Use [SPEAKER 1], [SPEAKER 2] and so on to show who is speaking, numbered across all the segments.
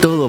[SPEAKER 1] Todo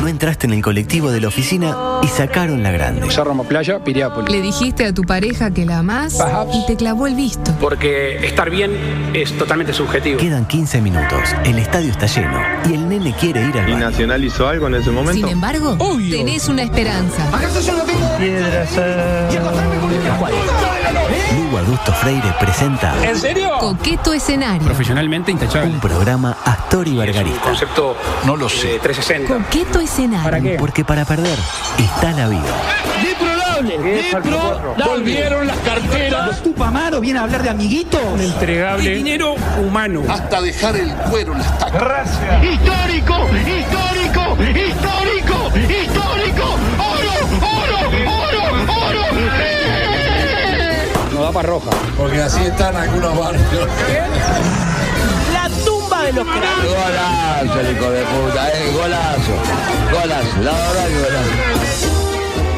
[SPEAKER 2] No entraste en el colectivo de la oficina y sacaron la grande.
[SPEAKER 3] Cerro Playa, Piriápolis.
[SPEAKER 4] Le dijiste a tu pareja que la amás
[SPEAKER 3] Perhaps.
[SPEAKER 4] y te clavó el visto.
[SPEAKER 5] Porque estar bien es totalmente subjetivo.
[SPEAKER 2] Quedan 15 minutos, el estadio está lleno y el nene quiere ir al
[SPEAKER 6] ¿Y
[SPEAKER 2] baño.
[SPEAKER 6] Nacional hizo algo en ese momento?
[SPEAKER 4] Sin embargo, tenés una esperanza.
[SPEAKER 2] Lugo Adusto Freire presenta
[SPEAKER 4] Coqueto escenario.
[SPEAKER 5] Profesionalmente
[SPEAKER 2] un
[SPEAKER 5] intachable.
[SPEAKER 2] programa Astor y Bargarista.
[SPEAKER 5] Concepto eh, no lo sé. 360.
[SPEAKER 4] Coqueto escenario.
[SPEAKER 5] qué?
[SPEAKER 2] Porque para perder está la vida.
[SPEAKER 7] Volvieron las carteras.
[SPEAKER 8] Tupamaro viene a hablar de amiguitos.
[SPEAKER 5] Entregable. dinero humano.
[SPEAKER 7] Hasta dejar el cuero en las tacas.
[SPEAKER 9] histórico, histórico, histórico, histórico, oro, oro, oro, oro.
[SPEAKER 3] Nos da para roja.
[SPEAKER 7] Porque así están algunos barrios.
[SPEAKER 8] La tumba de los cráneos.
[SPEAKER 7] Golazo, el hijo de puta, eh, golazo. Golazo, la verdad que golazo.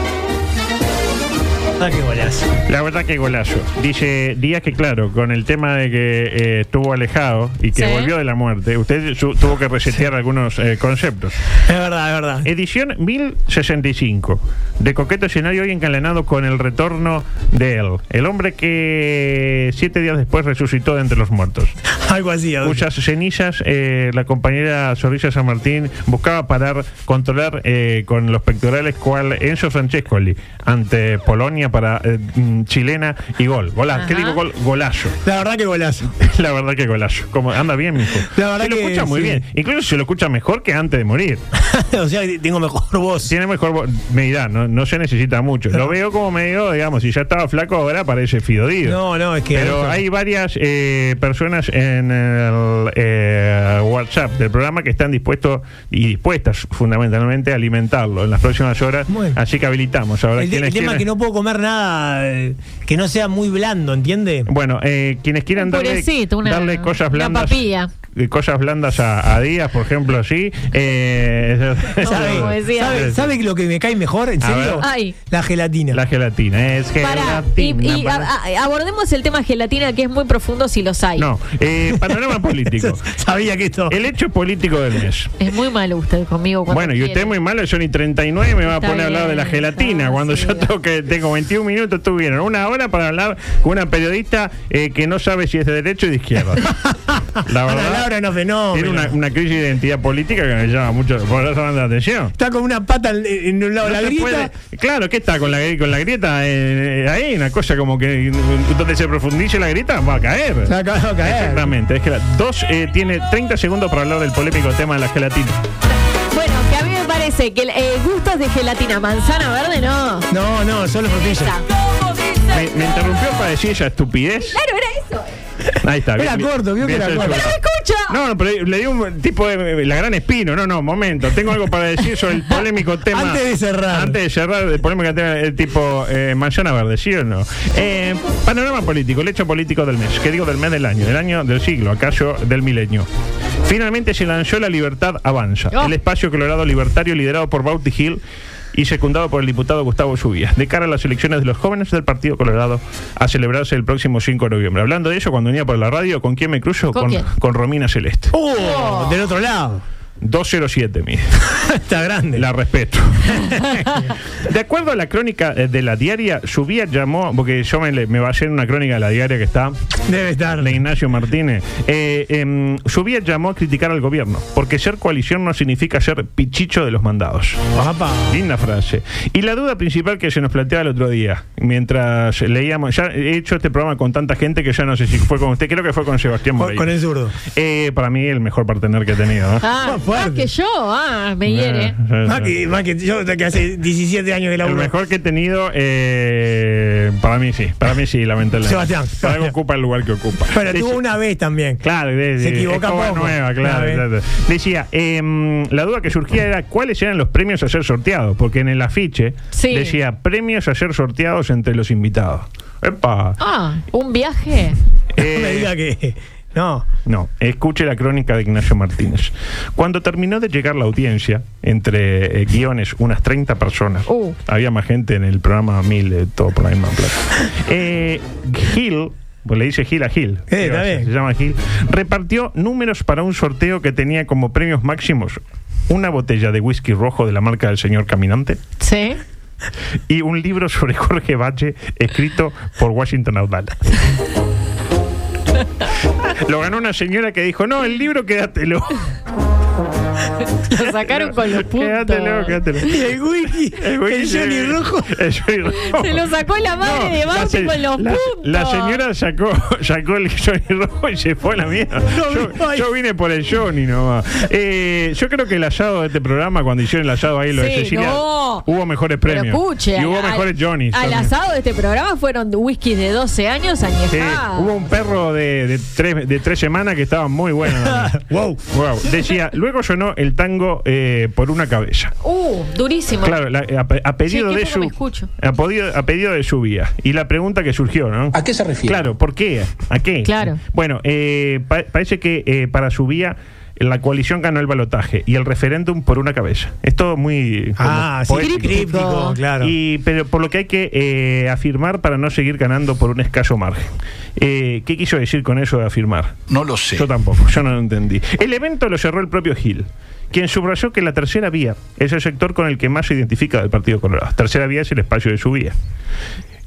[SPEAKER 10] La verdad que golazo. Dice Díaz que claro, con el tema de que eh, estuvo alejado y que
[SPEAKER 4] Sí.
[SPEAKER 10] volvió de la muerte, usted su- tuvo que resetear algunos eh, conceptos.
[SPEAKER 8] Es verdad, es verdad.
[SPEAKER 10] Edición 1065 de Coqueto Escenario hoy encalenado con el retorno de él, el hombre que siete días después resucitó de entre los muertos.
[SPEAKER 8] Algo así. algo así.
[SPEAKER 10] Cuyas cenizas eh, la compañera Sorrisa San Martín buscaba parar, controlar eh, con los pectorales cual Enzo Francescoli ante Polonia para eh, mm, chilena y gol. Golazo. ¿Qué
[SPEAKER 4] Ajá.
[SPEAKER 10] digo gol? Golazo.
[SPEAKER 8] La verdad que golazo.
[SPEAKER 10] La verdad que golazo. Como anda bien, mijo.
[SPEAKER 8] La verdad
[SPEAKER 10] se lo
[SPEAKER 8] que
[SPEAKER 10] escucha muy
[SPEAKER 8] sí.
[SPEAKER 10] bien. Incluso se lo escucha mejor que antes de morir.
[SPEAKER 8] o sea, que tengo mejor voz.
[SPEAKER 10] Tiene mejor vo- me dirá, no, no se necesita mucho. Lo veo como medio, digamos, si ya estaba flaco ahora parece fidodido.
[SPEAKER 8] No, no, es que.
[SPEAKER 10] Pero hay varias eh, personas en el eh, WhatsApp del programa que están dispuestos y dispuestas fundamentalmente a alimentarlo en las próximas horas.
[SPEAKER 8] Bueno.
[SPEAKER 10] Así que habilitamos ahora
[SPEAKER 8] El, de- el
[SPEAKER 10] quienes
[SPEAKER 8] tema es que
[SPEAKER 10] quieran-
[SPEAKER 8] no puedo comer nada eh, que no sea muy blando, ¿entiende?
[SPEAKER 10] Bueno, eh, quienes quieran
[SPEAKER 11] Un
[SPEAKER 10] darle,
[SPEAKER 11] purecito, una-
[SPEAKER 10] darle cosas
[SPEAKER 11] una
[SPEAKER 10] blandas,
[SPEAKER 11] papilla.
[SPEAKER 10] eh, cosas blandas a, a Díaz, por ejemplo, así. eh,
[SPEAKER 11] como
[SPEAKER 8] ¿Sabe,
[SPEAKER 11] decía.
[SPEAKER 8] sabe, sabe lo que me cae mejor? ¿En
[SPEAKER 10] A
[SPEAKER 8] serio?
[SPEAKER 10] ver.
[SPEAKER 11] Ay.
[SPEAKER 8] La gelatina.
[SPEAKER 10] la gelatina, es
[SPEAKER 11] Pará,
[SPEAKER 10] gelatina.
[SPEAKER 11] y, y
[SPEAKER 10] pará.
[SPEAKER 11] a- a- abordemos el tema gelatina que es muy profundo si los hay.
[SPEAKER 10] No, eh, panorama político.
[SPEAKER 8] Sabía que esto.
[SPEAKER 10] El hecho político del mes.
[SPEAKER 11] Es muy malo usted conmigo cuando
[SPEAKER 10] Bueno, y usted
[SPEAKER 11] quiere.
[SPEAKER 10] es muy malo, yo ni 39 me va a
[SPEAKER 11] Está
[SPEAKER 10] poner a hablar de la
[SPEAKER 11] bien,
[SPEAKER 10] gelatina.
[SPEAKER 11] está,
[SPEAKER 10] Cuando
[SPEAKER 11] sí,
[SPEAKER 10] yo
[SPEAKER 11] da.
[SPEAKER 10] tengo, que, tengo 21 minutos, tuvieron una hora para hablar con una periodista eh, que no sabe si es de derecho o de izquierda. La
[SPEAKER 8] Ana
[SPEAKER 10] verdad,
[SPEAKER 8] Laura no fenómeno.
[SPEAKER 10] tiene una, una crisis de identidad política que me llama mucho, por eso llama la atención.
[SPEAKER 8] Está con una pata en, en un lado
[SPEAKER 10] No
[SPEAKER 8] de la
[SPEAKER 10] se
[SPEAKER 8] grieta.
[SPEAKER 10] puede- claro, ¿qué está con la, gri- con la grieta? Eh, eh, ahí una cosa como que mm, donde se profundice la grieta va a caer.
[SPEAKER 8] Se acaba de caer.
[SPEAKER 10] Exactamente. Es que la, dos eh, tiene 30 segundos para hablar del polémico tema de la gelatina.
[SPEAKER 11] Bueno, que a mí me parece que eh, gustos de gelatina, manzana verde no.
[SPEAKER 8] No, no, solo
[SPEAKER 11] Esa.
[SPEAKER 8] frutilla.
[SPEAKER 10] Me, me interrumpió para decir esa estupidez.
[SPEAKER 11] Claro, era eso.
[SPEAKER 10] Ahí está.
[SPEAKER 8] Era corto, vio que era corto.
[SPEAKER 11] ¡Pero me escucha!
[SPEAKER 10] No, no, pero le di un tipo de la gran espino. No, no, momento. Tengo algo para decir sobre el polémico tema.
[SPEAKER 8] Antes de cerrar.
[SPEAKER 10] Antes de cerrar, el polémico tema eh, tipo eh, manzana verde, ¿sí o no? Eh, panorama político, el hecho político del mes. ¿Qué digo del mes del año? Del año del siglo, acaso del milenio. Finalmente se lanzó la Libertad Avanza,
[SPEAKER 11] Oh.
[SPEAKER 10] el espacio colorado libertario liderado por Bauti Gil y secundado por el diputado Gustavo Subías, de cara a las elecciones de los jóvenes del Partido Colorado a celebrarse el próximo 5 de noviembre. Hablando de eso, cuando venía por la radio, ¿con quién me cruzo?
[SPEAKER 11] ¿Con quién?
[SPEAKER 10] con Romina Celeste.
[SPEAKER 8] ¡Oh! Del otro lado.
[SPEAKER 10] 207, mire.
[SPEAKER 8] Está grande.
[SPEAKER 10] La respeto. de acuerdo a la crónica eh, de la diaria, Subía llamó, porque yo me, le- me basé en una crónica de la diaria que está
[SPEAKER 8] Debe estar.
[SPEAKER 10] de Ignacio Martínez, eh, em, Subía llamó a criticar al gobierno, porque ser coalición no significa ser pichicho de los mandados.
[SPEAKER 8] Papá.
[SPEAKER 10] Linda frase. Y la duda principal que se nos planteaba el otro día, mientras leíamos, ya he hecho este programa con tanta gente que ya no sé si fue con usted, creo que fue con Sebastián
[SPEAKER 8] Con,
[SPEAKER 10] Moreira.
[SPEAKER 8] con el zurdo.
[SPEAKER 10] Eh, para mí el mejor partener que he tenido. ¿no?
[SPEAKER 11] Ah,
[SPEAKER 8] Más
[SPEAKER 11] más
[SPEAKER 8] fuerte.
[SPEAKER 11] que yo, ah, me hiere.
[SPEAKER 10] Eh,
[SPEAKER 8] Más
[SPEAKER 10] eh,
[SPEAKER 8] Ah, que, más que yo, que hace 17 años que
[SPEAKER 10] El
[SPEAKER 8] laburo.
[SPEAKER 10] mejor que he tenido, eh, para mí sí, para mí sí, lamentablemente.
[SPEAKER 8] Sebastián,
[SPEAKER 10] Para
[SPEAKER 8] Sebastián.
[SPEAKER 10] algo ocupa el lugar que ocupa.
[SPEAKER 8] Pero
[SPEAKER 10] Dice-
[SPEAKER 8] tuvo una vez también.
[SPEAKER 10] Claro, de-
[SPEAKER 8] Se
[SPEAKER 10] de-
[SPEAKER 8] equivoca
[SPEAKER 10] escoba
[SPEAKER 8] poco.
[SPEAKER 10] nueva,
[SPEAKER 8] Una
[SPEAKER 10] claro.
[SPEAKER 8] vez.
[SPEAKER 10] exacto. Decía, em, la duda que surgía era cuáles eran los premios a ser sorteados, porque en el afiche
[SPEAKER 11] Sí.
[SPEAKER 10] decía premios a ser sorteados entre los invitados. ¡Epa!
[SPEAKER 11] Ah, un viaje.
[SPEAKER 10] Eh,
[SPEAKER 8] No me diga que. No.
[SPEAKER 10] No, escuche la crónica de Ignacio Martínez. Cuando terminó de llegar la audiencia, entre eh, guiones, unas 30 personas,
[SPEAKER 11] Uh.
[SPEAKER 10] había más gente en el programa 1000, de todo por la misma plata. Eh, Gil, pues le dice Gil a Gil,
[SPEAKER 8] Eh,
[SPEAKER 10] ¿Qué
[SPEAKER 8] está
[SPEAKER 10] va a hacer?
[SPEAKER 8] bien.
[SPEAKER 10] se llama Gil, repartió números para un sorteo que tenía como premios máximos una botella de whisky rojo de la marca del señor Caminante
[SPEAKER 11] Sí.
[SPEAKER 10] y un libro sobre Jorge Valle escrito por Washington Audal. Lo ganó una señora que dijo, no, el libro quédatelo.
[SPEAKER 11] Lo sacaron con los puntos.
[SPEAKER 10] Quédatelo, quédatelo.
[SPEAKER 8] Y el wiki, el,
[SPEAKER 10] güey se-
[SPEAKER 8] Johnny Rojo.
[SPEAKER 10] El Johnny Rojo.
[SPEAKER 11] Se lo sacó la madre
[SPEAKER 10] No,
[SPEAKER 11] de
[SPEAKER 10] la
[SPEAKER 11] Bauti
[SPEAKER 10] se-
[SPEAKER 11] con los
[SPEAKER 10] la-
[SPEAKER 11] puntos.
[SPEAKER 10] La señora sacó, sacó el Johnny Rojo y se fue a la mierda. Yo,
[SPEAKER 8] ay.
[SPEAKER 10] yo vine por el Johnny nomás. Eh, yo creo que el hallado de este programa, cuando hicieron el hallado ahí, lo de
[SPEAKER 11] Sí,
[SPEAKER 10] Cecilia,
[SPEAKER 11] no.
[SPEAKER 10] hubo mejores
[SPEAKER 11] Pero
[SPEAKER 10] premios.
[SPEAKER 11] escuche,
[SPEAKER 10] y hubo
[SPEAKER 11] al-
[SPEAKER 10] mejores Johnny.
[SPEAKER 11] Al asado de este programa fueron whiskies de 12 años
[SPEAKER 10] Sí,
[SPEAKER 11] añejados.
[SPEAKER 10] hubo un perro de, de tres, de tres semanas que estaba muy bueno.
[SPEAKER 8] Wow.
[SPEAKER 10] Wow. Decía, luego sonó el tango eh, por una cabeza.
[SPEAKER 11] Uh, durísimo.
[SPEAKER 10] Claro, la- eh, a, a pedido
[SPEAKER 11] Che, qué
[SPEAKER 10] de
[SPEAKER 11] poco
[SPEAKER 10] su
[SPEAKER 11] me escucho.
[SPEAKER 10] a, pedido, a pedido de su vía. Y la pregunta que surgió, ¿no?
[SPEAKER 3] ¿A qué se refiere?
[SPEAKER 10] Claro, ¿por qué? ¿A qué?
[SPEAKER 11] Claro.
[SPEAKER 10] Bueno, eh, pa- parece que eh, para su vía la coalición ganó el balotaje y el referéndum por una cabeza. Es todo muy como
[SPEAKER 8] Ah, sí,
[SPEAKER 10] poético.
[SPEAKER 8] críptico, claro.
[SPEAKER 10] Y, pero por lo que hay que eh, afirmar para no seguir ganando por un escaso margen. Eh, ¿Qué quiso decir con eso de afirmar?
[SPEAKER 1] No lo sé.
[SPEAKER 10] Yo tampoco, yo no lo entendí. El evento lo cerró el propio Gil, quien subrayó que la tercera vía es el sector con el que más se identifica del Partido Colorado. Tercera vía es el espacio de su vía.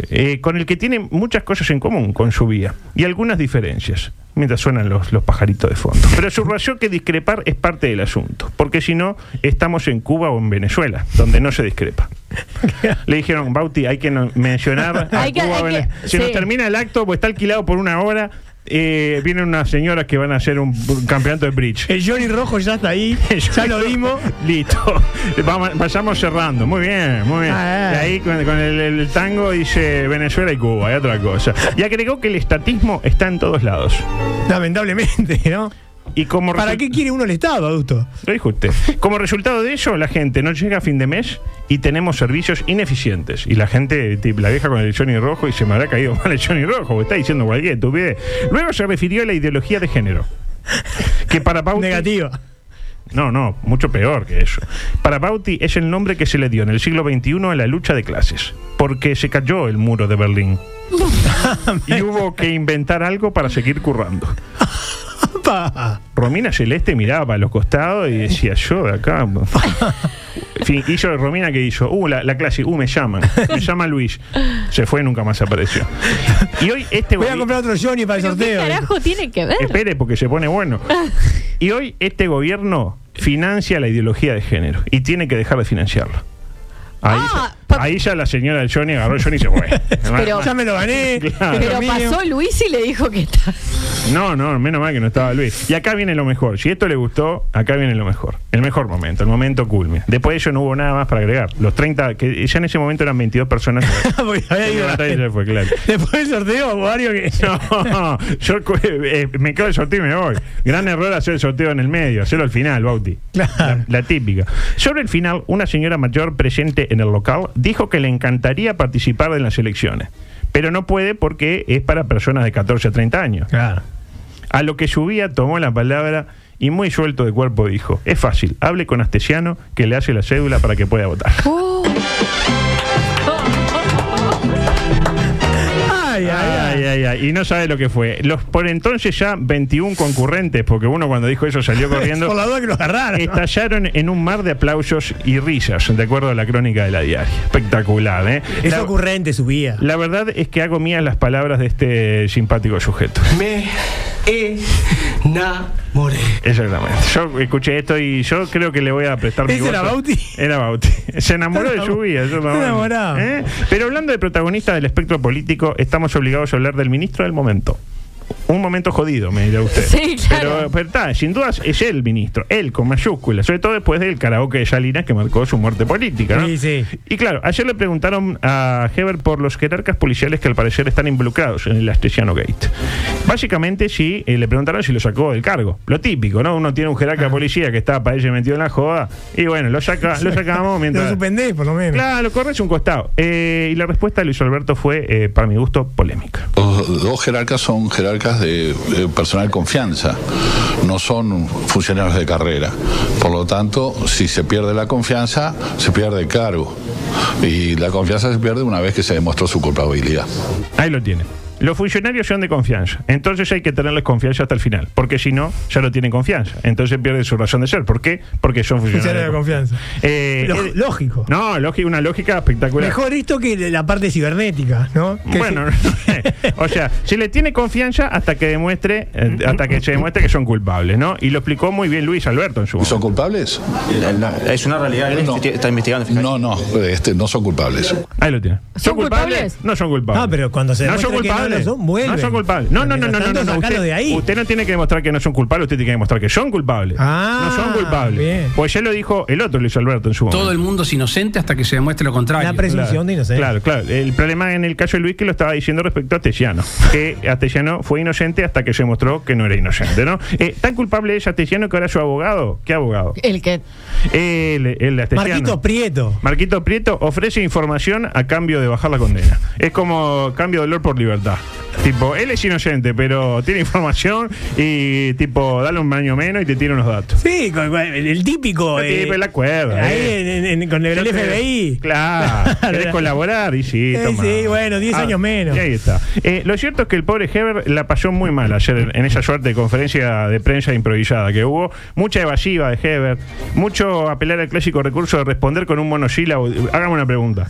[SPEAKER 10] eh, con el que tiene muchas cosas en común con su vía y algunas diferencias, mientras suenan los, los pajaritos de fondo. Pero subrayó que discrepar es parte del asunto, porque si no, estamos en Cuba o en Venezuela, donde no se discrepa. Le dijeron, Bauti, hay que no- mencionar a
[SPEAKER 11] Hay que-
[SPEAKER 10] Cuba,
[SPEAKER 11] hay que-
[SPEAKER 10] Vene- Se nos
[SPEAKER 11] sí.
[SPEAKER 10] termina el acto, pues está alquilado por una hora. eh, vienen unas señoras que van a hacer un, un campeonato de bridge.
[SPEAKER 8] El Johnny Rojo ya está ahí. ya lo vimos.
[SPEAKER 10] Listo. Vamos- vayamos cerrando. Muy bien, muy bien.
[SPEAKER 8] Ah,
[SPEAKER 10] Y ahí con, con el, el tango dice Venezuela y Cuba, y otra cosa. Y agregó que el estatismo está en todos lados.
[SPEAKER 8] Lamentablemente, ¿no?
[SPEAKER 10] Y como
[SPEAKER 8] ¿Para
[SPEAKER 10] resu-
[SPEAKER 8] qué quiere uno el Estado, adulto?
[SPEAKER 10] Lo dijo usted. Como resultado de eso, la gente no llega a fin de mes y tenemos servicios ineficientes. Y la gente, tip, la vieja con el Johnny Rojo y se me habrá caído mal el Johnny Rojo, está diciendo cualquier estupidez. Luego se refirió a la ideología de género. Que para Bauti,
[SPEAKER 8] Negativa.
[SPEAKER 10] No, no, mucho peor que eso. Para Bauti es el nombre que se le dio en el siglo XXI a la lucha de clases, porque se cayó el muro de Berlín y hubo que inventar algo para seguir currando.
[SPEAKER 8] Pa.
[SPEAKER 10] Romina Celeste miraba para los costados y decía, yo de acá. En fin, hizo Romina que hizo, uh, la, la clase, uh, me llaman, me llama Luis. Se fue y nunca más apareció. Y hoy este
[SPEAKER 8] Voy a
[SPEAKER 10] gobi-
[SPEAKER 8] comprar otro Johnny para el
[SPEAKER 11] Pero ¿Qué
[SPEAKER 8] sorteo.
[SPEAKER 11] carajo tiene que ver?
[SPEAKER 10] Espere, porque se pone bueno. Y hoy este gobierno financia la ideología de género y tiene que dejar de financiarla. Ahí,
[SPEAKER 11] Ah,
[SPEAKER 10] ya,
[SPEAKER 11] pa-
[SPEAKER 10] ahí ya la señora del Johnny agarró el Johnny y se fue.
[SPEAKER 11] Pero-
[SPEAKER 8] Ya me lo gané.
[SPEAKER 10] Claro.
[SPEAKER 8] es lo
[SPEAKER 11] Pero
[SPEAKER 8] mío.
[SPEAKER 11] pasó Luis y le dijo que está.
[SPEAKER 10] No, no, menos mal que no estaba Luis. Y acá viene lo mejor. Si esto le gustó, acá viene lo mejor. El mejor momento, el momento culme. Después de eso no hubo nada más para agregar. Los 30, que ya en ese momento eran 22 personas.
[SPEAKER 8] Porque había
[SPEAKER 10] Se
[SPEAKER 8] ido
[SPEAKER 10] levantó y se fue, claro.
[SPEAKER 8] Después del sorteo, Mario, que.
[SPEAKER 10] No, yo cu- eh, me quedo el sorteo y me voy. Gran error hacer el sorteo en el medio, hacerlo al final, Bauti.
[SPEAKER 8] Claro.
[SPEAKER 10] La típica. Sobre el final, una señora mayor presente en el local dijo que le encantaría participar de las elecciones, pero no puede porque es para personas de 14 a 30 años.
[SPEAKER 8] Claro.
[SPEAKER 10] A lo que subía tomó la palabra y muy suelto de cuerpo dijo, es fácil, hable con Astesiano que le hace la cédula para que pueda votar.
[SPEAKER 8] Ay, ay, ay.
[SPEAKER 10] Ay, ay, ay. Y no sabe lo que fue. Los por entonces ya 21 concurrentes, porque uno cuando dijo eso salió corriendo.
[SPEAKER 8] Por la duda que lo agarraron.
[SPEAKER 10] Estallaron en un mar de aplausos y risas, de acuerdo a la crónica de la diaria. Espectacular, ¿eh?
[SPEAKER 8] Es
[SPEAKER 10] La,
[SPEAKER 8] ocurrente su vida.
[SPEAKER 10] la verdad es que hago mías las palabras de este simpático sujeto.
[SPEAKER 9] Me enamoré.
[SPEAKER 10] Exactamente. Yo escuché esto y yo creo que le voy a prestar mi
[SPEAKER 8] ¿Ese era
[SPEAKER 10] voto.
[SPEAKER 8] Bauti?
[SPEAKER 10] Era Bauti. Se enamoró de su vida. eso es más
[SPEAKER 8] Está
[SPEAKER 10] bueno.
[SPEAKER 8] enamorado.
[SPEAKER 10] ¿Eh? Pero hablando de protagonista del espectro político, estamos obligados a hablar del ministro del momento. Un momento jodido, me dirá usted.
[SPEAKER 11] Sí, claro.
[SPEAKER 10] Pero, pero está, sin dudas es el ministro, él con mayúsculas, sobre todo después del karaoke de Salinas que marcó su muerte política. ¿no?
[SPEAKER 8] Sí, sí.
[SPEAKER 10] Y claro, ayer le preguntaron a Heber por los jerarcas policiales que al parecer están involucrados en el Astesiano Gate. Básicamente, sí, eh, le preguntaron si lo sacó del cargo. Lo típico, ¿no? Uno tiene un
[SPEAKER 8] Ah.
[SPEAKER 10] jerarca de policía que está para ella metido en la joda y bueno, lo, saca, lo sacamos mientras.
[SPEAKER 8] Lo suspendés, por lo menos.
[SPEAKER 10] Claro, lo corres un costado. Eh, y la respuesta de Luis Alberto fue, eh, para mi gusto, polémica.
[SPEAKER 1] Los dos jerarcas son jerarcas carreras de eh, personal confianza, no son funcionarios de carrera. Por lo tanto, si se pierde la confianza, se pierde el cargo. Y la confianza se pierde una vez que se demostró su culpabilidad.
[SPEAKER 10] Ahí lo tiene. Los funcionarios son de confianza, entonces hay que tenerles confianza hasta el final, porque si no, ya no tienen confianza. Entonces pierde su razón de ser. ¿Por qué? Porque son funcionarios.
[SPEAKER 8] Funcionario de confianza.
[SPEAKER 10] Eh,
[SPEAKER 8] Lo-
[SPEAKER 10] eh,
[SPEAKER 8] lógico.
[SPEAKER 10] No, lógica, una lógica espectacular.
[SPEAKER 8] Mejor esto que la parte cibernética, ¿no? Que-
[SPEAKER 10] Bueno, eh, o sea, se le tiene confianza hasta que demuestre, eh, hasta que se demuestre que son culpables, ¿no? Y lo explicó muy bien Luis Alberto en su
[SPEAKER 1] ¿Y son culpables?
[SPEAKER 6] Es una realidad, él
[SPEAKER 1] No.
[SPEAKER 6] está investigando. fíjate.
[SPEAKER 1] No, no, este, no son culpables.
[SPEAKER 10] Ahí lo tiene.
[SPEAKER 11] ¿Son culpables?
[SPEAKER 10] No son culpables.
[SPEAKER 8] No, pero cuando se
[SPEAKER 10] no son
[SPEAKER 8] demuestra que
[SPEAKER 10] culpables.
[SPEAKER 8] no lo son, vuelven.
[SPEAKER 10] No son culpables. No, no, no, no,
[SPEAKER 8] Mientras
[SPEAKER 10] no, no,
[SPEAKER 8] tanto,
[SPEAKER 10] no.
[SPEAKER 8] sacalo
[SPEAKER 10] Usted,
[SPEAKER 8] de ahí.
[SPEAKER 10] usted no tiene que demostrar que no son culpables, usted tiene que demostrar que son culpables.
[SPEAKER 8] Ah,
[SPEAKER 10] no son culpables.
[SPEAKER 8] bien.
[SPEAKER 10] Pues ya lo dijo el otro Luis Alberto en su momento.
[SPEAKER 5] Todo el mundo es inocente hasta que se demuestre lo
[SPEAKER 8] la
[SPEAKER 5] contrario.
[SPEAKER 8] presunción
[SPEAKER 10] Claro,
[SPEAKER 8] de inocencia.
[SPEAKER 10] Claro, claro. El problema en el caso de Luis que lo estaba diciendo respecto a Tesiano. Que Astesiano fue inocente hasta que se mostró que no era inocente, ¿no? Eh, tan culpable es Astesiano que ahora su abogado. ¿Qué abogado?
[SPEAKER 11] El que.
[SPEAKER 10] El, el Astesiano.
[SPEAKER 8] Marquitos Prieto.
[SPEAKER 10] Marquito Prieto ofrece información a cambio de bajar la condena. Es como cambio de dolor por libertad. Tipo, él es inocente, pero tiene información y tipo, dale un año menos y te tira unos datos.
[SPEAKER 8] Sí, con- con el, el típico.
[SPEAKER 10] El tipo, el acuerdo,
[SPEAKER 8] Ahí
[SPEAKER 10] eh.
[SPEAKER 8] en- en- en- con el,
[SPEAKER 10] Yo te-
[SPEAKER 8] FBI.
[SPEAKER 10] Claro. ¿Querés colaborar? Y sí,
[SPEAKER 8] Eh,
[SPEAKER 10] toma.
[SPEAKER 8] sí, bueno, 10 años menos.
[SPEAKER 10] y ahí está. Eh, lo cierto es que el pobre Heber la pasó muy mal ayer en, en esa suerte de conferencia de prensa improvisada que hubo. Mucha evasiva de Heber, mucho apelar al clásico recurso de responder con un monosílabo. Hágame una pregunta.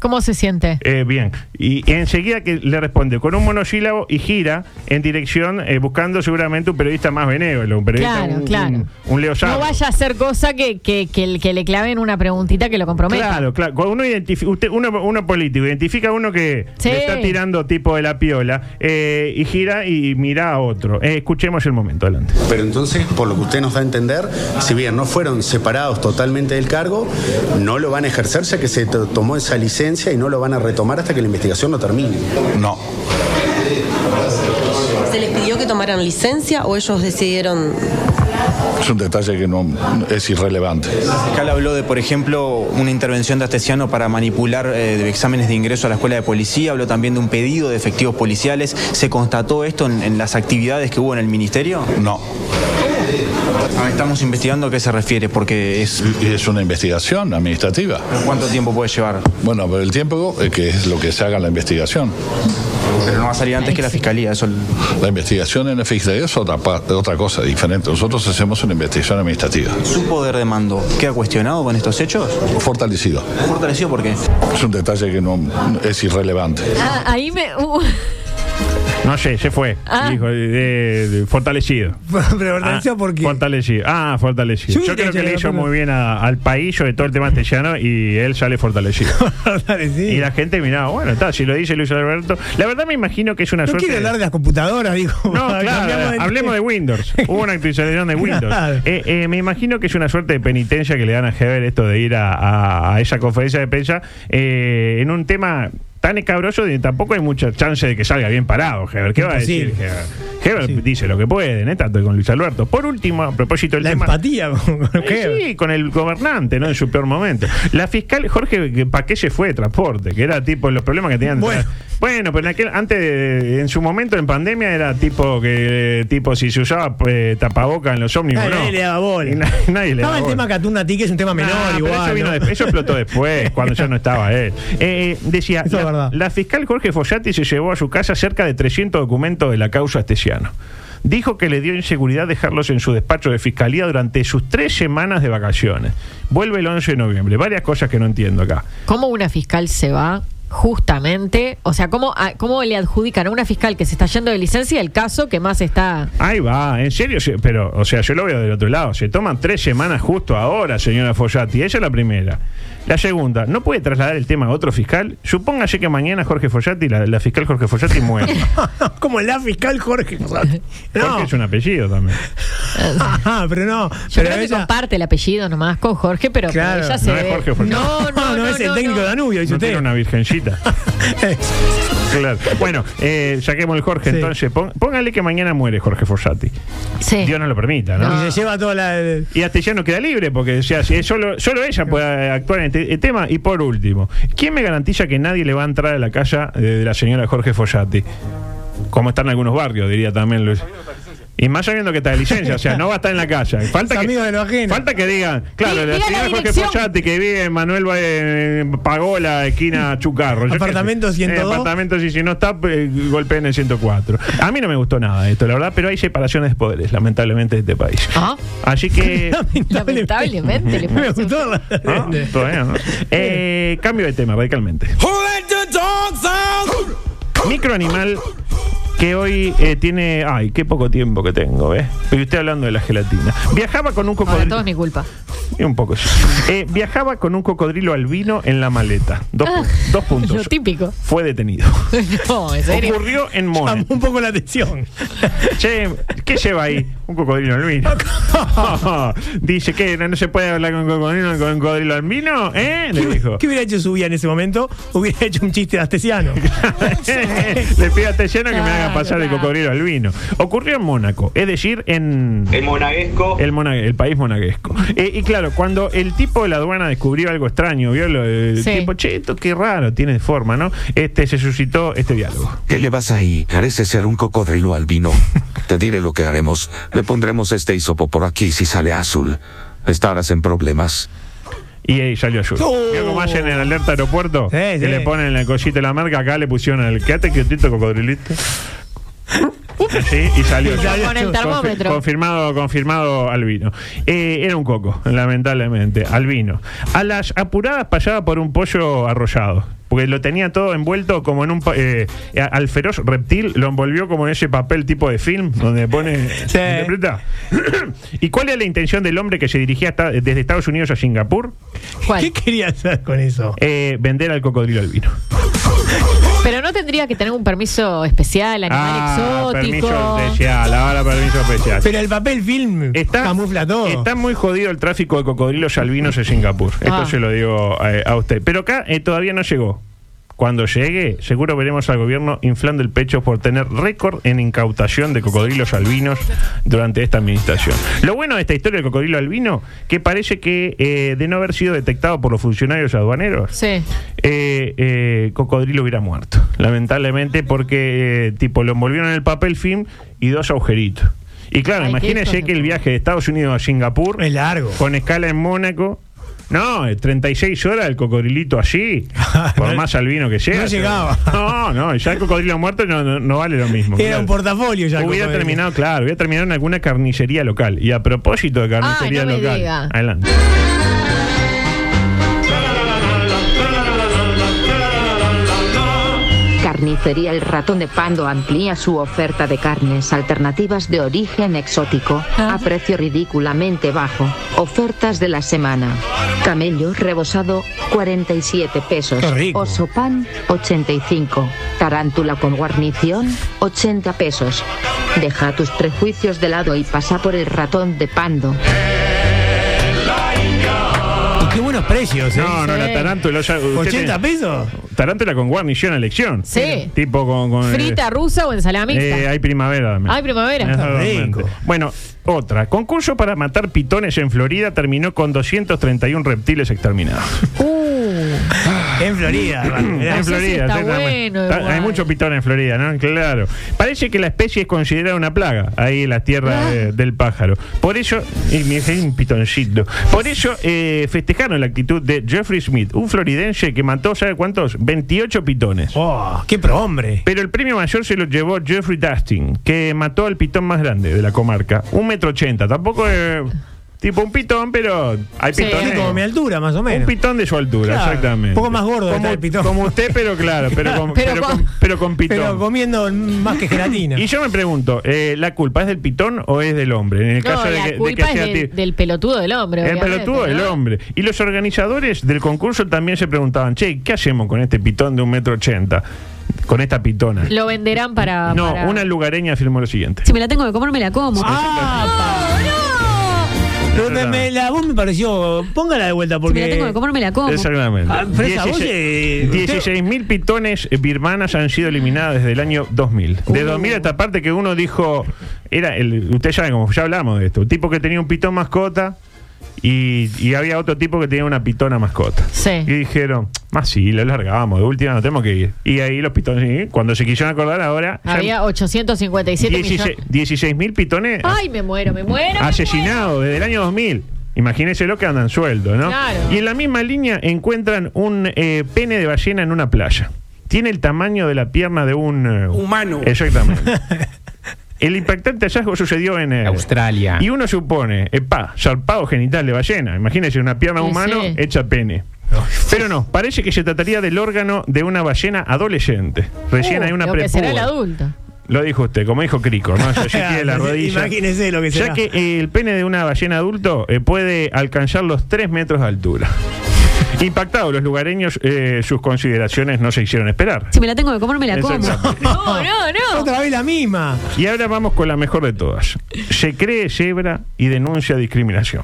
[SPEAKER 11] ¿Cómo se siente?
[SPEAKER 10] Eh, bien, y enseguida que le responde con un monosílabo y gira en dirección, eh, buscando seguramente un periodista más benévolo, un periodista,
[SPEAKER 11] Claro,
[SPEAKER 10] un,
[SPEAKER 11] claro.
[SPEAKER 10] un- un Leo
[SPEAKER 11] No
[SPEAKER 10] Sarro.
[SPEAKER 11] vaya a hacer cosa que, que, que, el- que le claven una preguntita que lo comprometa.
[SPEAKER 10] Claro, claro. Cuando uno, identifi- usted, uno, uno político identifica a uno que
[SPEAKER 11] Sí.
[SPEAKER 10] le está tirando tipo de la piola eh, y gira y mira a otro. Eh, escuchemos el momento, adelante.
[SPEAKER 12] Pero entonces, por lo que usted nos da a entender, si bien no fueron separados totalmente del cargo, no lo van a ejercer ya que se to- tomó esa licencia y no lo van a retomar hasta que la investigación no termine.
[SPEAKER 1] No,
[SPEAKER 13] ¿Se les pidió que tomaran licencia o ellos decidieron
[SPEAKER 1] es un detalle que no es irrelevante.
[SPEAKER 6] Fiscal habló de, por ejemplo, una intervención de Astesiano para manipular eh, de exámenes de ingreso a la escuela de policía, habló también de un pedido de efectivos policiales. ¿Se constató esto en, en las actividades que hubo en el ministerio?
[SPEAKER 1] No,
[SPEAKER 6] Ah, Estamos investigando a qué se refiere, porque es...
[SPEAKER 1] y es una investigación administrativa.
[SPEAKER 6] ¿Cuánto tiempo puede llevar?
[SPEAKER 1] Bueno, pero el tiempo eh, que es lo que se haga en la investigación.
[SPEAKER 6] Pero no va a salir antes que la fiscalía, eso...
[SPEAKER 1] La investigación en la fiscalía es otra, pa- otra cosa diferente. Nosotros hacemos una investigación administrativa,
[SPEAKER 6] ¿Su poder de mando queda cuestionado con estos hechos?
[SPEAKER 1] fortalecida.
[SPEAKER 6] ¿Fortalecido por qué?
[SPEAKER 1] Es un detalle que no es irrelevante.
[SPEAKER 11] Ah, ahí me. uh,
[SPEAKER 10] No sé, se fue.
[SPEAKER 11] Ah.
[SPEAKER 10] Dijo, eh, eh, fortalecido.
[SPEAKER 8] Pero Hortensio,
[SPEAKER 10] Ah,
[SPEAKER 8] ¿por qué?
[SPEAKER 10] Fortalecido. Ah, fortalecido.
[SPEAKER 8] Sí,
[SPEAKER 10] Yo creo que le
[SPEAKER 8] Tellano,
[SPEAKER 10] hizo
[SPEAKER 8] pero-
[SPEAKER 10] muy bien a- al país sobre todo el tema astesiano y él sale fortalecido.
[SPEAKER 8] Fortalecido.
[SPEAKER 10] Y la gente miraba, bueno, está, si lo dice Luis Alberto. La verdad me imagino que es una
[SPEAKER 8] No
[SPEAKER 10] suerte.
[SPEAKER 8] quiero hablar de las computadoras, digo.
[SPEAKER 10] No,
[SPEAKER 8] Cambiamos
[SPEAKER 10] claro, hablemos de Windows. Hubo una actualización de Windows.
[SPEAKER 8] Claro.
[SPEAKER 10] Eh, eh, me imagino que es una suerte de penitencia que le dan a Heber esto de ir a, a- a esa conferencia de prensa eh, en un tema tan escabroso de tampoco hay mucha chance de que salga bien parado Heber. ¿Qué va a decir
[SPEAKER 8] Imposible.
[SPEAKER 10] Heber? Heber dice lo que puede, ¿no? Tanto con Luis Alberto. Por último, a propósito del
[SPEAKER 8] La
[SPEAKER 10] tema...
[SPEAKER 8] empatía con con
[SPEAKER 10] Eh,
[SPEAKER 8] Heber.
[SPEAKER 10] Sí, con el gobernante, ¿no? En su peor momento. La fiscal Jorge Paquelle fue de transporte, que era tipo los problemas que tenían.
[SPEAKER 8] Bueno.
[SPEAKER 10] Bueno, pero en aquel, antes, de- en su momento en pandemia era tipo que tipo si se usaba eh, tapaboca en los ómnibus.
[SPEAKER 8] Nadie
[SPEAKER 10] no.
[SPEAKER 8] le daba bola.
[SPEAKER 10] Y na- nadie le
[SPEAKER 8] Estaba
[SPEAKER 10] daba
[SPEAKER 8] el
[SPEAKER 10] bola.
[SPEAKER 8] tema Catunati, que es un tema menor,
[SPEAKER 10] Ah, pero
[SPEAKER 8] igual.
[SPEAKER 10] eso, vino
[SPEAKER 8] ¿no?
[SPEAKER 10] después, eso explotó después, cuando ya no estaba él. Eh, decía,
[SPEAKER 8] Eso es
[SPEAKER 10] la,
[SPEAKER 8] verdad.
[SPEAKER 10] la fiscal Jorge Fossati se llevó a su casa cerca de 300 documentos de la causa Astesiano. Dijo que le dio inseguridad dejarlos en su despacho de fiscalía durante sus tres semanas de vacaciones. Vuelve el 11 de noviembre. Varias cosas que no entiendo acá.
[SPEAKER 11] ¿Cómo una fiscal se va? Justamente, o sea, ¿cómo, a- ¿cómo le adjudican a una fiscal que se está yendo de licencia el caso que más está
[SPEAKER 10] Ahí va, en serio, se- pero, o sea, yo lo veo del otro lado. Se toman tres semanas justo ahora, señora Follati. Esa es la primera. La segunda, ¿no puede trasladar el tema a otro fiscal? Supóngase que mañana Jorge Follati, la, la fiscal Jorge Follati, muere.
[SPEAKER 8] Como la fiscal Jorge.
[SPEAKER 10] Jorge
[SPEAKER 8] No.
[SPEAKER 10] es un apellido también.
[SPEAKER 8] Ajá, Ah, pero no.
[SPEAKER 11] Yo
[SPEAKER 8] Pero
[SPEAKER 11] creo que
[SPEAKER 8] ella-
[SPEAKER 11] comparte el apellido nomás con Jorge, pero pero
[SPEAKER 8] Claro,
[SPEAKER 11] ella
[SPEAKER 8] no
[SPEAKER 11] se
[SPEAKER 10] es
[SPEAKER 11] ve-
[SPEAKER 10] Jorge, Jorge.
[SPEAKER 11] No, no, no,
[SPEAKER 8] Ah, es el técnico
[SPEAKER 11] no.
[SPEAKER 8] Danubio, dice
[SPEAKER 10] No
[SPEAKER 8] usted.
[SPEAKER 10] tiene una virgencita. Claro. Bueno, eh, saquemos el Jorge
[SPEAKER 8] Sí.
[SPEAKER 10] entonces. Pon- póngale que mañana muere Jorge Fossati.
[SPEAKER 11] Sí.
[SPEAKER 10] Dios no lo permita, ¿no?
[SPEAKER 8] Y se lleva toda la. el-
[SPEAKER 10] Y Astillano queda libre porque decía, si es solo, solo ella puede actuar en este eh, tema. Y por último, ¿quién me garantiza que nadie le va a entrar a la casa eh, de la señora Jorge Fossati? como están algunos barrios, diría también Luis. Y más sabiendo que está de licencia, o sea, no va a estar en la calle. Falta que, Falta que digan, claro,
[SPEAKER 9] Di-
[SPEAKER 10] la
[SPEAKER 9] diga la
[SPEAKER 10] señora Jorge
[SPEAKER 9] dirección.
[SPEAKER 10] Follati que vive en Manuel Ba- eh, Pagola, esquina Chucarro. Yo qué sé.
[SPEAKER 8] Apartamento 102.
[SPEAKER 10] Eh, apartamento, sí, si no está, eh, golpeen el 104. A mí no me gustó nada de esto, la verdad, pero hay separaciones de poderes, lamentablemente, de este país.
[SPEAKER 9] Ah.
[SPEAKER 10] Así que.
[SPEAKER 11] Eh,
[SPEAKER 8] Ah,
[SPEAKER 11] Lamentablemente. le
[SPEAKER 10] Me gustó la- ¿No? ¿Ah? Todavía no. Eh, cambio de tema radicalmente. Microanimal que hoy eh, tiene. Ay, qué poco tiempo que tengo, ¿eh? Pero usted hablando de la gelatina. Viajaba con un
[SPEAKER 11] Ahora todo
[SPEAKER 10] cocodrilo.
[SPEAKER 11] es mi culpa.
[SPEAKER 10] Y un poco sí. Eh, viajaba con un cocodrilo albino en la maleta. Dos, pu- dos puntos.
[SPEAKER 11] Ah, Lo típico.
[SPEAKER 10] Fue detenido.
[SPEAKER 11] No, en serio.
[SPEAKER 10] Ocurrió en Monet.
[SPEAKER 8] un poco la atención.
[SPEAKER 10] Che, ¿qué lleva ahí? Un cocodrilo albino. Dice que no, no se puede hablar con cocodrilo, con un cocodrilo albino, ¿eh? Le dijo.
[SPEAKER 8] ¿Qué hubiera hecho su vida en ese momento? Hubiera hecho un chiste de astesiano.
[SPEAKER 10] Le pido a Tellano que me haga pasar de cocodrilo albino. Ocurrió en Mónaco, es decir, en.
[SPEAKER 14] El monaguesco.
[SPEAKER 10] El, mona- el país monaguesco. Eh, y claro, cuando el tipo de la aduana descubrió algo extraño, vio lo del
[SPEAKER 14] Sí.
[SPEAKER 10] tipo, che, esto qué raro, tiene forma, ¿no? Este se suscitó este diálogo.
[SPEAKER 15] ¿Qué le vas ahí? Parece ser un cocodrilo albino. Te diré lo que haremos. Le pondremos este hisopo por aquí si sale azul. Estarás en problemas.
[SPEAKER 10] Y ahí salió ayuda. Vio como hacen en alerta aeropuerto, que le ponen la cosita de la marca, acá le pusieron el quédate quietito cocodrilito. Así, y salió.
[SPEAKER 11] Y salió Con el termómetro.
[SPEAKER 10] Confirmado, confirmado albino. Eh, era un coco, lamentablemente, albino. A las apuradas pasaba por un pollo arrollado. Porque lo tenía todo envuelto como en un. pa- eh, a- al feroz reptil lo envolvió como en ese papel tipo de film donde pone. interpreta. ¿Y cuál era la intención del hombre que se dirigía hasta- desde Estados Unidos a Singapur?
[SPEAKER 8] ¿Qué quería hacer con eso?
[SPEAKER 10] Eh, vender al cocodrilo albino.
[SPEAKER 11] Pero no tendría que tener un permiso especial, animal
[SPEAKER 10] Ah, permiso
[SPEAKER 11] exótico.
[SPEAKER 10] especial, ahora permiso especial.
[SPEAKER 8] Pero el papel film
[SPEAKER 10] está,
[SPEAKER 8] camufla todo.
[SPEAKER 10] Está muy jodido el tráfico de cocodrilos albinos en Singapur. Esto
[SPEAKER 8] Ah.
[SPEAKER 10] se lo digo eh, a usted. Pero acá eh, todavía no llegó. Cuando llegue, seguro veremos al gobierno inflando el pecho por tener récord en incautación de cocodrilos albinos durante esta administración. Lo bueno de esta historia del cocodrilo albino, que parece que eh, de no haber sido detectado por los funcionarios aduaneros,
[SPEAKER 11] Sí.
[SPEAKER 10] eh, eh, Cocodrilo hubiera muerto, lamentablemente, porque eh, tipo lo envolvieron en el papel film y dos agujeritos. Y claro,
[SPEAKER 14] Ay, qué hijos
[SPEAKER 10] imagínense
[SPEAKER 14] de
[SPEAKER 10] que el viaje de Estados Unidos a Singapur es largo, con escala en Mónaco. No, eh, 36 horas el cocodrilito allí, por más albino que sea.
[SPEAKER 8] no
[SPEAKER 10] pero-
[SPEAKER 8] llegaba.
[SPEAKER 10] No, no, ya el cocodrilo muerto no, no- no vale lo mismo.
[SPEAKER 8] Era un portafolio ya. el
[SPEAKER 10] Hubiera
[SPEAKER 8] cocodrilo.
[SPEAKER 10] terminado, claro, hubiera terminado en alguna carnicería local. Y a propósito de carnicería
[SPEAKER 8] Ay, Ah, no me
[SPEAKER 10] local.
[SPEAKER 8] diga.
[SPEAKER 10] Adelante.
[SPEAKER 16] Carnicería El Ratón de Pando amplía su oferta de carnes alternativas de origen exótico
[SPEAKER 11] Ah.
[SPEAKER 16] a precio ridículamente bajo. Ofertas de la semana. Camello rebosado 47 pesos.
[SPEAKER 17] Qué rico.
[SPEAKER 16] Oso pan 85. Tarántula con guarnición 80 pesos. Deja tus prejuicios de lado y pasa por El Ratón de Pando.
[SPEAKER 8] Y qué buenos precios, ¿eh?
[SPEAKER 10] No, no, la tarántula. ya- usted
[SPEAKER 8] 80
[SPEAKER 10] tiene-
[SPEAKER 8] pesos.
[SPEAKER 10] Tarántula con guarnición a elección.
[SPEAKER 11] Sí.
[SPEAKER 10] Tipo con. con, eh,
[SPEAKER 11] Frita rusa o ensalada mixta.
[SPEAKER 10] eh, hay primavera también.
[SPEAKER 11] Ay, primavera.
[SPEAKER 10] Exactamente. Bueno, otra. Concurso para matar pitones en Florida terminó con 231 reptiles exterminados.
[SPEAKER 11] Uh,
[SPEAKER 8] En Florida.
[SPEAKER 10] en Florida.
[SPEAKER 8] está
[SPEAKER 10] sí, también.
[SPEAKER 8] bueno
[SPEAKER 10] Ta-
[SPEAKER 8] igual.
[SPEAKER 10] hay muchos pitones en Florida, ¿no? Claro. Parece que la especie es considerada una plaga ahí en las tierras eh, del pájaro. Por eso, y me dejé un pitoncito. Por eso eh, festejaron la actitud de Jeffrey Smith, un floridense que mató, ¿sabe cuántos? 28 pitones.
[SPEAKER 8] ¡Oh! ¡Qué prohombre!
[SPEAKER 10] Pero el premio mayor se lo llevó Jeffrey Dustin, que mató al pitón más grande de la comarca. Un metro ochenta. Tampoco es. Tipo un pitón, pero hay
[SPEAKER 8] Sí,
[SPEAKER 10] pitones.
[SPEAKER 8] es como mi altura, más o menos.
[SPEAKER 10] Un pitón de su altura,
[SPEAKER 8] Claro,
[SPEAKER 10] exactamente.
[SPEAKER 8] Un poco más gordo
[SPEAKER 10] Como,
[SPEAKER 8] está el pitón.
[SPEAKER 10] como usted, pero claro, pero con,
[SPEAKER 8] Pero
[SPEAKER 10] pero
[SPEAKER 8] con-
[SPEAKER 10] con- pero con pitón.
[SPEAKER 8] Pero comiendo más que gelatina.
[SPEAKER 10] y yo me pregunto, eh, ¿la culpa es del pitón o es del hombre? En el
[SPEAKER 11] No,
[SPEAKER 10] caso de
[SPEAKER 11] la
[SPEAKER 10] que, de que
[SPEAKER 11] culpa
[SPEAKER 10] sea
[SPEAKER 11] es del,
[SPEAKER 10] ti-
[SPEAKER 11] del pelotudo del hombre.
[SPEAKER 10] el
[SPEAKER 11] obviamente,
[SPEAKER 10] pelotudo del
[SPEAKER 11] ¿no?
[SPEAKER 10] hombre. Y los organizadores del concurso también se preguntaban, che, ¿qué hacemos con este pitón de un metro ochenta? Con esta pitona.
[SPEAKER 11] Lo venderán para.
[SPEAKER 10] No,
[SPEAKER 11] para-
[SPEAKER 10] una lugareña afirmó lo siguiente.
[SPEAKER 4] Si me la tengo que comer, me la como.
[SPEAKER 8] Ah, Pero me- me- la voz me pareció. Póngala de vuelta porque.
[SPEAKER 4] Si me la tengo que comer, me la como.
[SPEAKER 10] Exactamente.
[SPEAKER 8] Ah, pero esa voz, eh,
[SPEAKER 10] 16.000 pitones birmanas han sido eliminadas desde el año 2000. De 2000 a esta parte que uno dijo, era el, usted sabe, como ya hablamos de esto, un tipo que tenía un pitón mascota. Y, y había otro tipo que tenía una pitona mascota.
[SPEAKER 11] Sí.
[SPEAKER 10] Y dijeron, más sí, lo largamos, de última no tenemos que ir. Y ahí los pitones, y cuando se quisieron acordar ahora, ya
[SPEAKER 11] Había 857
[SPEAKER 10] 16
[SPEAKER 11] millones.
[SPEAKER 10] 16 mil pitones
[SPEAKER 11] Ay, me muero, me muero. me
[SPEAKER 10] asesinados desde el año 2000. Imagínense lo que andan sueldo, ¿no?
[SPEAKER 11] Claro.
[SPEAKER 10] Y en la misma línea encuentran un eh, pene de ballena en una playa. Tiene el tamaño de la pierna de un... eh,
[SPEAKER 5] Humano.
[SPEAKER 10] Exactamente. El impactante hallazgo sucedió en eh,
[SPEAKER 5] Australia.
[SPEAKER 10] Y uno supone, epá, zarpado genital de ballena. Imagínense una pierna
[SPEAKER 11] Sí,
[SPEAKER 10] humano
[SPEAKER 11] sí.
[SPEAKER 10] hecha pene. Pero no, parece que se trataría del órgano de una ballena adolescente. Recién
[SPEAKER 11] Uh,
[SPEAKER 10] hay una
[SPEAKER 11] Lo que será el
[SPEAKER 10] prepuber.
[SPEAKER 11] adulto.
[SPEAKER 10] Lo dijo usted, como dijo Crico, ¿no? Yo sí tiene la rodilla.
[SPEAKER 8] Imagínese lo que será.
[SPEAKER 10] Ya que eh, el pene de una ballena adulto eh, puede alcanzar los 3 metros de altura. Impactados los lugareños, eh, sus consideraciones no se hicieron esperar.
[SPEAKER 4] Si me la tengo que comer, me la como.
[SPEAKER 10] Exactamente.
[SPEAKER 4] No, no, no.
[SPEAKER 8] Otra vez la misma.
[SPEAKER 10] Y ahora vamos con la mejor de todas. Se cree cebra y denuncia discriminación.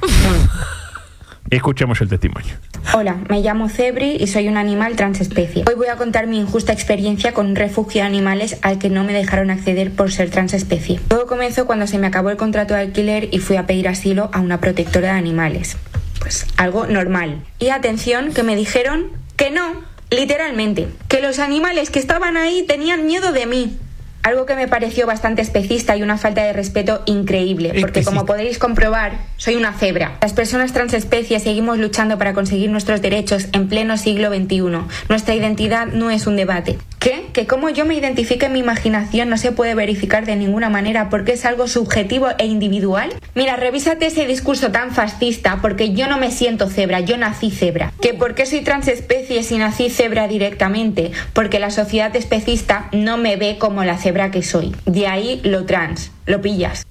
[SPEAKER 10] Escuchemos el testimonio.
[SPEAKER 14] Hola, me llamo Cebri y soy un animal transespecie. Hoy voy a contar mi injusta experiencia con un refugio de animales al que no me dejaron acceder por ser transespecie. Todo comenzó cuando se me acabó el contrato de alquiler y fui a pedir asilo a una protectora de animales. Pues algo normal. Y atención, que me dijeron que no, literalmente, que los animales que estaban ahí tenían miedo de mí. Algo que me pareció bastante especista y una falta de respeto increíble, porque como podéis comprobar, soy una cebra. Las personas transespecies seguimos luchando para conseguir nuestros derechos en pleno siglo XXI. Nuestra identidad no es un debate. ¿Qué? Que como yo me identifique en mi imaginación no se puede verificar de ninguna manera porque es algo subjetivo e individual. Mira, revísate ese discurso tan fascista porque yo no me siento cebra, yo nací cebra. Que por qué soy transespecie si nací cebra directamente, porque la sociedad especista no me ve como la cebra que soy. De ahí lo trans, lo pillas.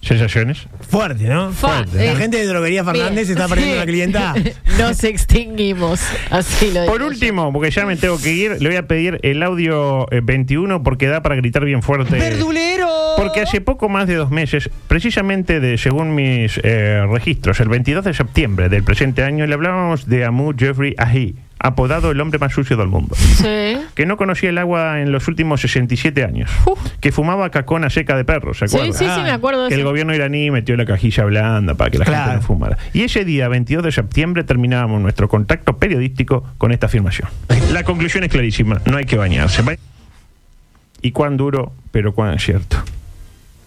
[SPEAKER 10] ¿Sensaciones?
[SPEAKER 8] Fuerte, ¿no?
[SPEAKER 11] Fuerte.
[SPEAKER 8] La gente de Droguería Fernández está perdiendo la clienta.
[SPEAKER 11] Nos extinguimos. Así lo
[SPEAKER 10] Por
[SPEAKER 11] digo yo.
[SPEAKER 10] último, porque ya me tengo que ir, le voy a pedir el audio eh, 21 porque da para gritar bien fuerte. Porque hace poco más de dos meses, precisamente de, según mis eh, registros, el 22 de septiembre del presente año, le hablábamos de Amu Jeffrey Ahi, apodado el hombre más sucio del mundo,
[SPEAKER 11] Sí.
[SPEAKER 10] que no conocía el agua en los últimos 67 años, que fumaba cacona seca de perro, ¿se
[SPEAKER 11] Sí,
[SPEAKER 10] acuerdan?
[SPEAKER 11] sí, sí, me acuerdo de
[SPEAKER 10] Que el
[SPEAKER 11] eso.
[SPEAKER 10] gobierno iraní metió la cajilla blanda para que la gente
[SPEAKER 8] Claro.
[SPEAKER 10] no fumara. Y ese día, 22 de septiembre, terminábamos nuestro contacto periodístico con esta afirmación. La conclusión es clarísima, no hay que bañarse. Ba- Y cuán duro, pero cuán cierto.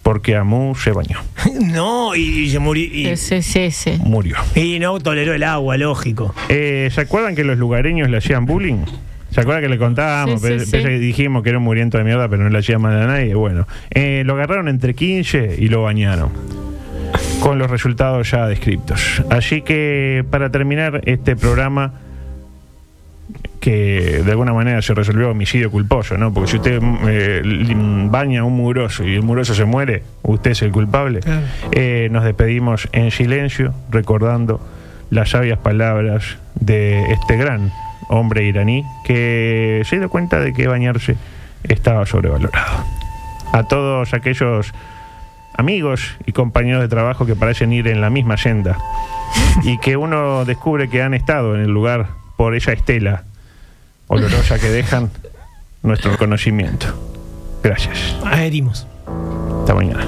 [SPEAKER 10] Porque Amu se bañó,
[SPEAKER 8] no, y, y se murió. Y,
[SPEAKER 11] Sí, sí, sí.
[SPEAKER 10] murió.
[SPEAKER 8] y no toleró el agua, lógico.
[SPEAKER 10] Eh, ¿Se acuerdan que los lugareños le hacían bullying? ¿Se acuerdan que le contábamos?
[SPEAKER 11] Sí, sí,
[SPEAKER 10] Pe-
[SPEAKER 11] sí.
[SPEAKER 10] pensé que dijimos que era un muriento de mierda, pero no le hacía mal a nadie. Bueno, eh, lo agarraron entre 15 y lo bañaron. Con los resultados ya descritos. Así que para terminar este programa, que de alguna manera se resolvió homicidio culposo, ¿no? Porque si usted mm, eh, lim- baña a un mugroso y el mugroso se muere, usted es el culpable. Eh, nos despedimos en silencio, recordando las sabias palabras de este gran hombre iraní que se dio cuenta de que bañarse estaba sobrevalorado. A todos aquellos amigos y compañeros de trabajo que parecen ir en la misma senda y que uno descubre que han estado en el lugar por esa estela olorosa que dejan nuestro conocimiento. Gracias.
[SPEAKER 8] Adherimos.
[SPEAKER 10] Hasta mañana.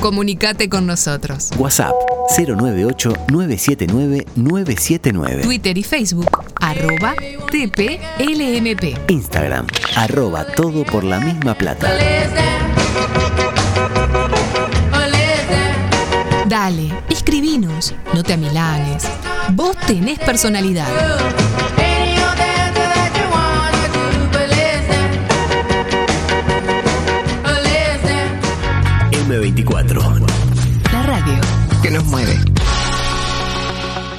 [SPEAKER 17] Comunicate con nosotros.
[SPEAKER 2] WhatsApp 098-979-979.
[SPEAKER 17] Twitter y Facebook, arroba TPLMP.
[SPEAKER 2] Instagram, arroba todo por la misma plata.
[SPEAKER 17] Dale, escribinos, no te amilanes. Vos tenés personalidad.
[SPEAKER 2] M24.
[SPEAKER 17] La radio.
[SPEAKER 2] Que nos mueve.